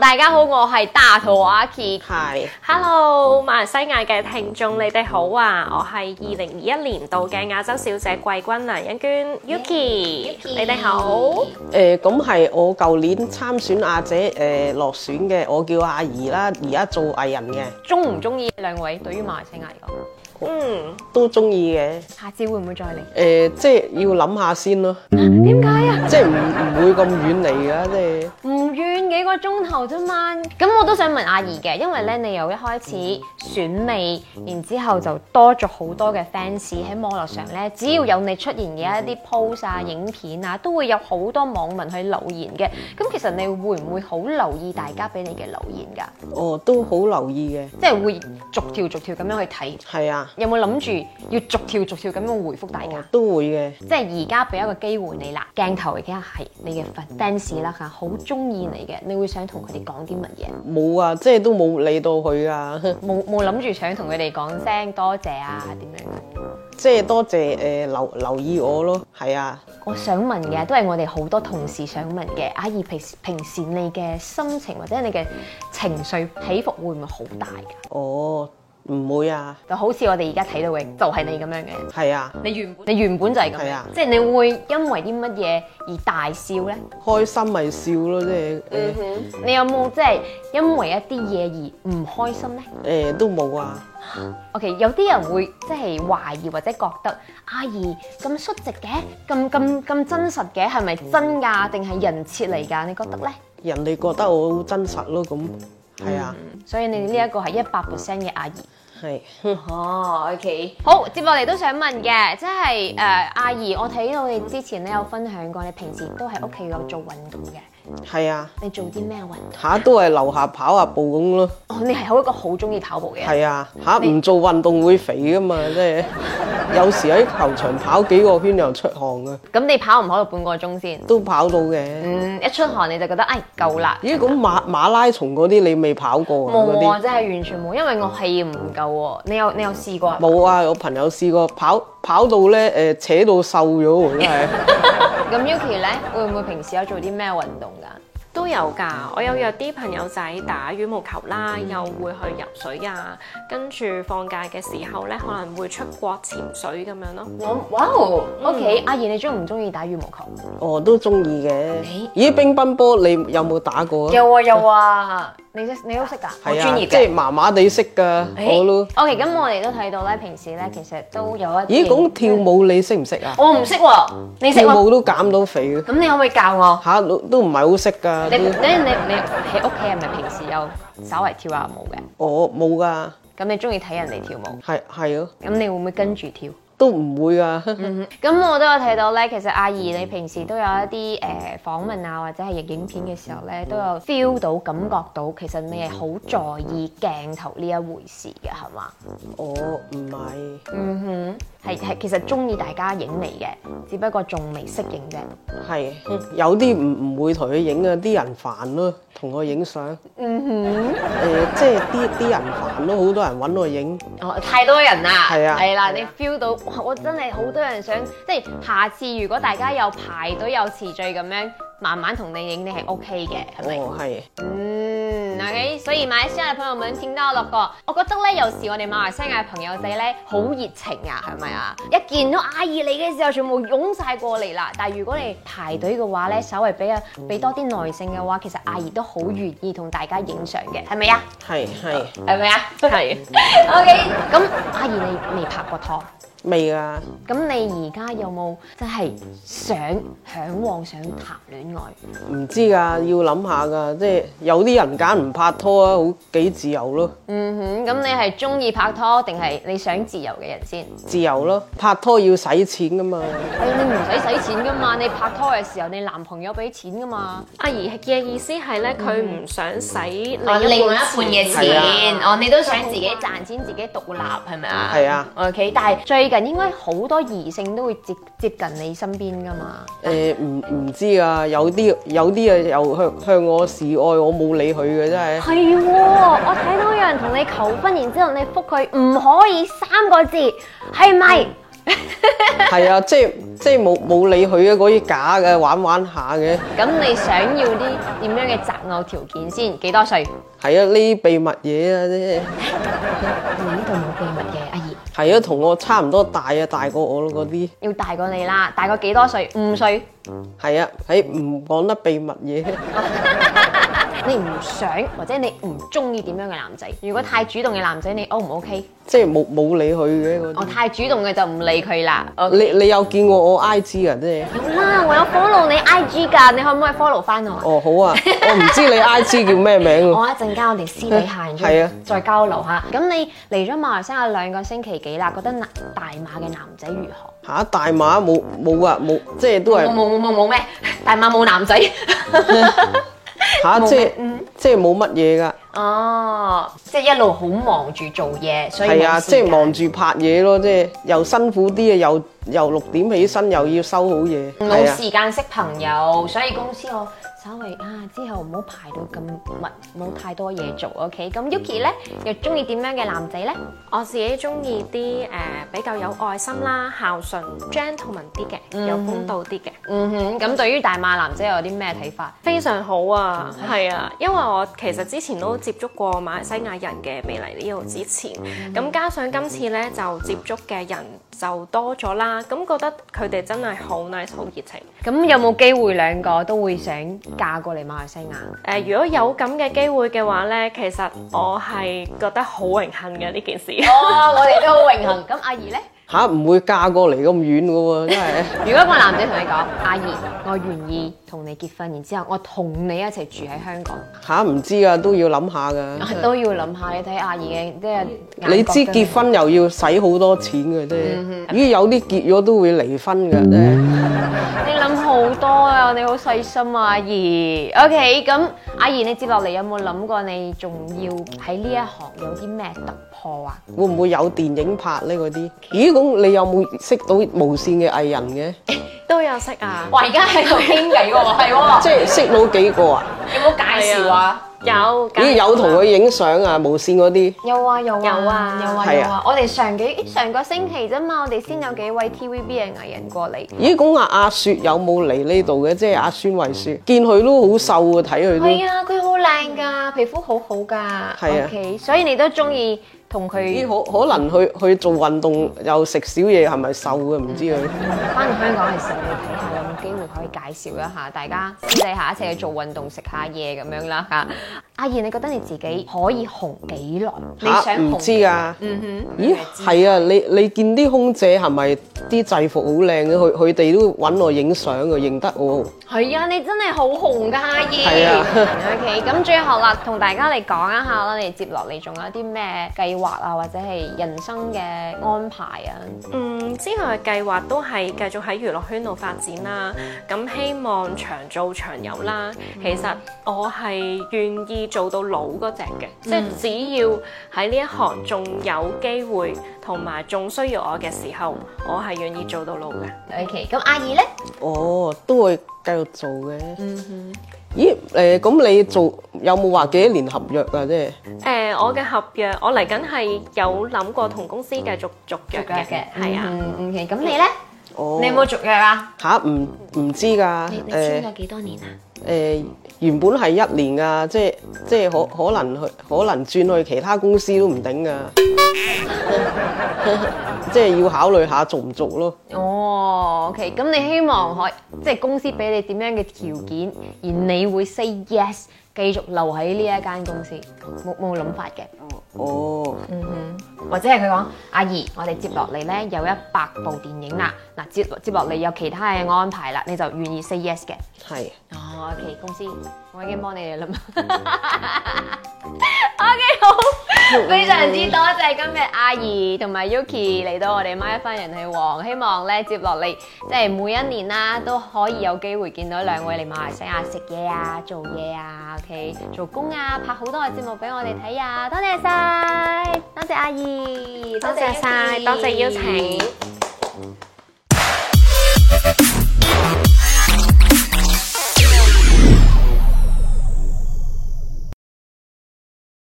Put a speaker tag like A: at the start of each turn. A: 大家好，我係大肚阿 K。
B: 係
A: Hello，馬來西亞嘅聽眾，你哋好啊！我係二零二一年度嘅亞洲小姐季軍梁欣娟 Yuki，你哋好。
B: 誒，咁係、我舊年參選亞姐誒、落選嘅，我叫阿怡啦，而家做藝人嘅，
C: 中唔中意兩位對於馬來西亞嚟講？
A: 嗯，
B: 都中意嘅。誒、
C: 下次會唔會再嚟？
B: 即係要諗下先咯，
C: 點解啊？
B: 即係唔唔會咁遠嚟㗎，即係
C: 唔遠幾個鐘頭啫嘛。咁我都想問阿怡嘅，因為咧你由一開始選美，然之後就多咗好多嘅 fans 喺網絡上咧，只要有你出現嘅一啲 post 啊、影片啊，都會有好多網民去留言嘅。咁其實你會唔會好留意大家俾你嘅留言㗎？
B: 哦，都好留意嘅，
C: 即係會逐條逐條咁樣去睇，
B: 係啊，
C: 有冇諗住要逐條逐條咁樣回覆大家
B: 我？都會嘅。
C: 即係而家俾一個機會你啦，鏡頭而家係你嘅 fans 啦嚇，好中意你嘅，你會想同佢哋講啲乜嘢？
B: 冇啊，即係都冇理到佢啊，
C: 冇冇諗住想同佢哋講聲多謝啊點樣？
B: 即係多謝誒、留留意我咯，係啊，
C: 我想問嘅都係我哋好多同事想問嘅，阿怡平時平時你嘅心情或者你嘅情緒起伏會唔會好大㗎？
B: 哦，唔會啊，
C: 就好似我哋而家睇到嘅就係你咁樣嘅，
B: 係啊，
C: 你原本你原本就係咁
B: 係
C: 樣
B: 啊，
C: 即係你會因為啲乜嘢而大笑呢？
B: 開心咪笑咯，即係誒、
C: 你有冇即係因為一啲嘢而唔開心呢？
B: 誒都冇啊。
C: OK，有啲人會即係懷疑或者覺得阿姨咁率直嘅，咁咁咁真實嘅，係咪真㗎？定係人設嚟㗎？你覺得呢？
B: 人哋覺得我好真實咯，咁
C: 嗯
B: 係啊，
C: 所以你呢一個係一百 percent 嘅阿姨。
B: 係
C: 哦，OK。好，接落嚟都想問嘅，即係誒、呃阿姨，我睇到你之前咧有分享過，你平時都喺屋企有做運動嘅，
B: 係啊，
C: 你做啲咩運動？
B: 下都係樓下跑下步咁咯，
C: 哦，你係好一個好中意跑步嘅人。
B: 係啊，下唔做運動會肥噶嘛，即係有時喺球場跑幾個圈又出汗噶，
C: 咁你跑唔跑到半個鐘先？
B: 都跑到嘅。
C: 嗯，一出汗你就覺得唉夠啦。
B: 咦，咁馬馬拉松嗰啲你未跑過啊？嗰
C: 冇啊，
B: 啲
C: 真係完全冇，因為我氣唔夠喎。你有你有試過啊？
B: 冇啊！我朋友試過跑跑到咧誒、扯到瘦咗喎，真係
C: 咁 Yuki 咧，會唔會平時有做啲咩運動㗎？
A: 都有㗎，我有約啲朋友仔打羽毛球啦，又會去游水啊，跟住放假嘅時候呢，可能會出國潛水咁樣咯。
C: 我哇哦，OK，阿怡你中唔中意打羽毛球？
B: 我哦都中意嘅。咦，乒乓波你有冇打過啊？
C: 有啊有啊，你識你都識㗎，好
B: 係
C: 專
B: 啊，
C: 業
B: 即
C: 嘅
B: 係。麻麻地識㗎，我都。
C: OK，咁我哋都睇到咧，平時咧其實都有一啲
B: 咦，咁跳舞你識唔識啊？
C: 我唔識喎，你識
B: 跳
C: 喎？
B: 舞都減到肥嘅，
C: 咁你可唔可以教我？
B: 嚇都都唔係好識㗎。
C: 你你你
B: 都
C: 你喺屋企係咪平時有稍微跳下舞嘅？
B: 我冇㗎，
C: 咁你中意睇人哋跳舞，
B: 係係咯，
C: 咁你會唔會跟住跳？
B: 都唔會㗎。
C: 咁我都有睇到咧，其實阿
B: 嗯
C: 怡你平時都有一啲誒、呃、訪問啊，或者係影影片嘅時候咧，都有 feel 到感覺到，其實你係
B: 嗯
C: 好在意鏡頭呢一回事嘅，係嘛？
B: 我唔係，
C: 嗯哼，係係其實中意大家影你嘅，只不過仲未適應啫。
B: 嗯係有啲唔唔會同佢影啊，啲人煩咯，同我影相。誒、即係啲啲人煩咯，好多人揾我影。
C: 哦，太多人啦，
B: 係啊
C: 係啦，你 feel 到哇！我真係好多人想，即係下次如果大家有排隊有次序咁樣，慢慢同你影，你
B: 嗯
C: 係 OK 嘅，係咪？
B: 哦，係，
C: 嗯，OK，所以馬來西亞嘅朋友們聽到我落個，我覺得咧有時我哋馬來西亞嘅朋友仔咧好熱情啊，係咪啊？一見到阿姨你嘅時候，全部湧晒過嚟啦。但係如果你排隊嘅話咧，稍微俾啊俾多啲耐性嘅話，其實阿姨都好願意同大家影相嘅，係咪啊？
B: 係係，
C: 係咪啊
A: 係。
C: ？OK，咁阿姨你未拍過拖，
B: 未㗎，
C: 咁你而家有冇真係想嚮往想談戀愛？
B: 唔知㗎，要諗下㗎。即係有啲人揀唔拍拖啊，好幾自由咯，
C: 嗯哼，咁你係中意拍拖定係你想自由嘅人先？
B: 自由咯。拍拖要使錢㗎嘛，
C: 係你唔使使錢噶嘛，你拍拖嘅時候你男朋友俾錢噶嘛。
A: 阿姨嘅意思係呢，佢唔想使
C: 哦，另外一半嘅
A: 嘅
B: 係
C: 錢，哦，你都想自己賺錢，自己獨立係咪啊？
B: 係啊。
C: OK，但係最近應該好多異性都會接接近你身邊噶嘛。
B: 誒唔唔知啊，有啲有啲啊又向向我示愛，我冇理佢嘅 真係。
C: 係喎，我睇到有人同你求婚，然之後你覆佢唔可以三個字，係咪？嗯
B: 係啊，即係即係冇冇理佢嘅嗰啲假嘅玩玩下嘅。
C: 咁你想要啲點樣嘅擇偶條件先？幾多歲？呢
B: 係啊，呢啲秘密嘢啊，即係
C: 度冇秘密嘅，阿姨
B: 係啊，同我差唔多大啊，大過我咯嗰啲。
C: 要大過你啦，大過幾多歲？五歲。
B: 係啊，喺唔講得秘密嘢。
C: 你唔想或者你唔中意點樣嘅男仔？如果太主動嘅男仔，你 O 唔 OK？
B: 即係冇冇理佢嘅嗰
C: 我
B: 啲。
C: 太主動嘅就唔理佢啦。
B: 你你有見過我 I G 啊？即係
C: 有啦，我有 follow 你 IG 㗎，你可唔可以 follow 翻我啊？
B: 哦好啊，我唔知你 I G 叫咩名啊喎。
C: 我一陣間我哋私底下
B: 係啊
C: 再交流下。咁你嚟咗馬來西亞兩個星期幾啦？覺得男大馬嘅男仔如何？
B: 嚇、大馬冇冇啊冇，即係都
C: 冇
B: 係
C: 冇冇冇冇咩？大馬冇 男仔。
B: 嚇、即係即係冇乜嘢㗎。
C: 哦，即係一路好忙住做嘢，所以
B: 係啊，
C: 冇時
B: 即
C: 間
B: 係忙住拍嘢咯，即係又辛苦啲啊，又又六點起身，又要收好嘢。
C: 嗯冇
B: 係啊，
C: 時間識朋友，所以公司我稍微啊之後唔好排到咁密，冇太多嘢做。OK，咁 Yuki 咧又中意點樣嘅男仔咧？
A: 我自己中意啲誒比較有愛心啦、孝順、gentleman 啲嘅，有公道啲嘅，
C: 嗯哼，咁對於大馬男仔有啲咩睇法？
A: 非常好啊，
B: 嗯
A: 係啊，因為我其實之前都接觸過馬來西亞人嘅未嚟呢度之前，
B: 嗯
A: 咁加上今次呢，就接觸嘅人就多咗啦，咁覺得佢哋真係好 nice、好熱情。
C: 咁有冇機會兩個都會想嫁過嚟馬來西亞？
A: 誒、呃
B: 嗯
A: 如果有咁嘅機會嘅話呢，其實我係覺得好榮幸嘅呢件事。
B: 嗯
C: 哦，我哋都好榮幸。咁阿怡呢？
B: 嚇唔會嫁過嚟咁遠嘅喎，真係。
C: 如果一個男仔同你講，阿怡，我願意同你結婚，然之後我同你一齊住喺香港，
B: 嚇唔知啊，都要諗下㗎。
C: 都要諗下你睇阿怡嘅即係
B: 你知
C: 結
B: 結婚又要使好多錢嘅啫，
C: 嗯
B: 咦有啲結咗都會離婚㗎啫。
C: 你諗好多啊！你好細心啊，阿怡。OK，咁 À, 阿怡，你接落嚟有冇諗過你仲要喺呢一行有啲咩突破啊？
B: 會唔會有電影拍呢？嗰啲？咦咁你有冇識到無線嘅藝人嘅？
A: 都有識啊，
C: 哇！而家喺度傾偈喎，係喎
B: 即，係識到幾個啊？
C: 有冇介紹啊？
A: 有
B: 嗯咦有同佢影相啊？無線嗰啲
C: 有啊有啊
A: 有啊
C: 有啊
B: 係
C: 有
B: 啊
C: 啊！我哋上幾咦上個星期啫嘛，我哋先有幾位 TVB 嘅藝人過嚟。
B: 咦咁啊阿阿雪有冇嚟呢度嘅？即係阿孫慧雪，見佢都好瘦啊，睇
C: 係
B: 佢都。
C: 啊，佢好靚㗎，皮膚好好㗎。
B: 係啊
C: OK，所以你都中意同
B: 咦
C: 佢
B: 可可能去去做運動又食少嘢，係咪瘦嘅？唔知佢。
C: 翻嚟香港嘅時候，你睇下有冇機會可以介紹一下，大家私底下一齊去做運動、食下嘢咁樣啦嚇。阿燕，你覺得你自己可以紅幾耐？你
B: 嚇
C: 想
B: 啊唔
C: 紅
B: 知㗎。咦係啊，你你見啲空姐係咪啲制服好靚嘅？佢佢哋都揾我影相啊，認得我。
C: 係啊，你真係好紅㗎，阿燕。
B: 係啊
C: OK，咁最後啦，同大家嚟講一下啦，你接落嚟仲有啲咩計劃啊，或者係人生嘅安排啊？
A: 嗯，之後嘅計劃都係繼續喺娛樂圈度發展啦。咁希望長做長有啦。其實我係願意做到老嗰只嘅，即係只要喺呢一行仲有機會，同埋仲需要我嘅時候，我係願意做到老嘅。
C: OK，咁阿燕呢？
B: 哦，都會繼續做嘅。
C: 嗯
B: 咦誒，咁、你做有冇話幾多年合約啊？即係
A: 誒、我嘅合約，我嚟緊係有諗過同公司繼續續約嘅，係啊。
C: 嗯 OK，咁你呢？
B: 哦
C: 你有冇續約啊？
B: 吓唔唔知㗎？誒
C: 過幾多年啊？
B: 誒，原本係一年㗎，即係即係可可能去可能轉去其他公司都唔 頂㗎。即係要考慮下做唔做咯。
C: 哦，OK，咁你希望可以即係公司俾你點樣嘅條件，而你會 say yes，繼續留喺呢一間公司，冇冇諗法嘅？
B: 哦。
C: 或者係佢講阿姨，我哋接落嚟呢有一百部電影啦，嗱接接落嚟有其他嘅安排啦，你就願意 say yes 嘅。
B: 係，
C: 哦，OK，公 Ờ, 司，我已經幫你哋啦嘛。OK，好，非常之多謝今日阿怡同埋 Yuki 嚟到我哋孖一翻人氣王，希望咧接落嚟即係每一年啦，都可以有機會見到兩位嚟馬來西亞食嘢啊、做嘢啊、OK à, 做工啊，拍好多嘅節目俾我哋睇啊！多謝晒，多謝阿怡，
A: 多謝晒
C: Yuki
A: 多謝邀請。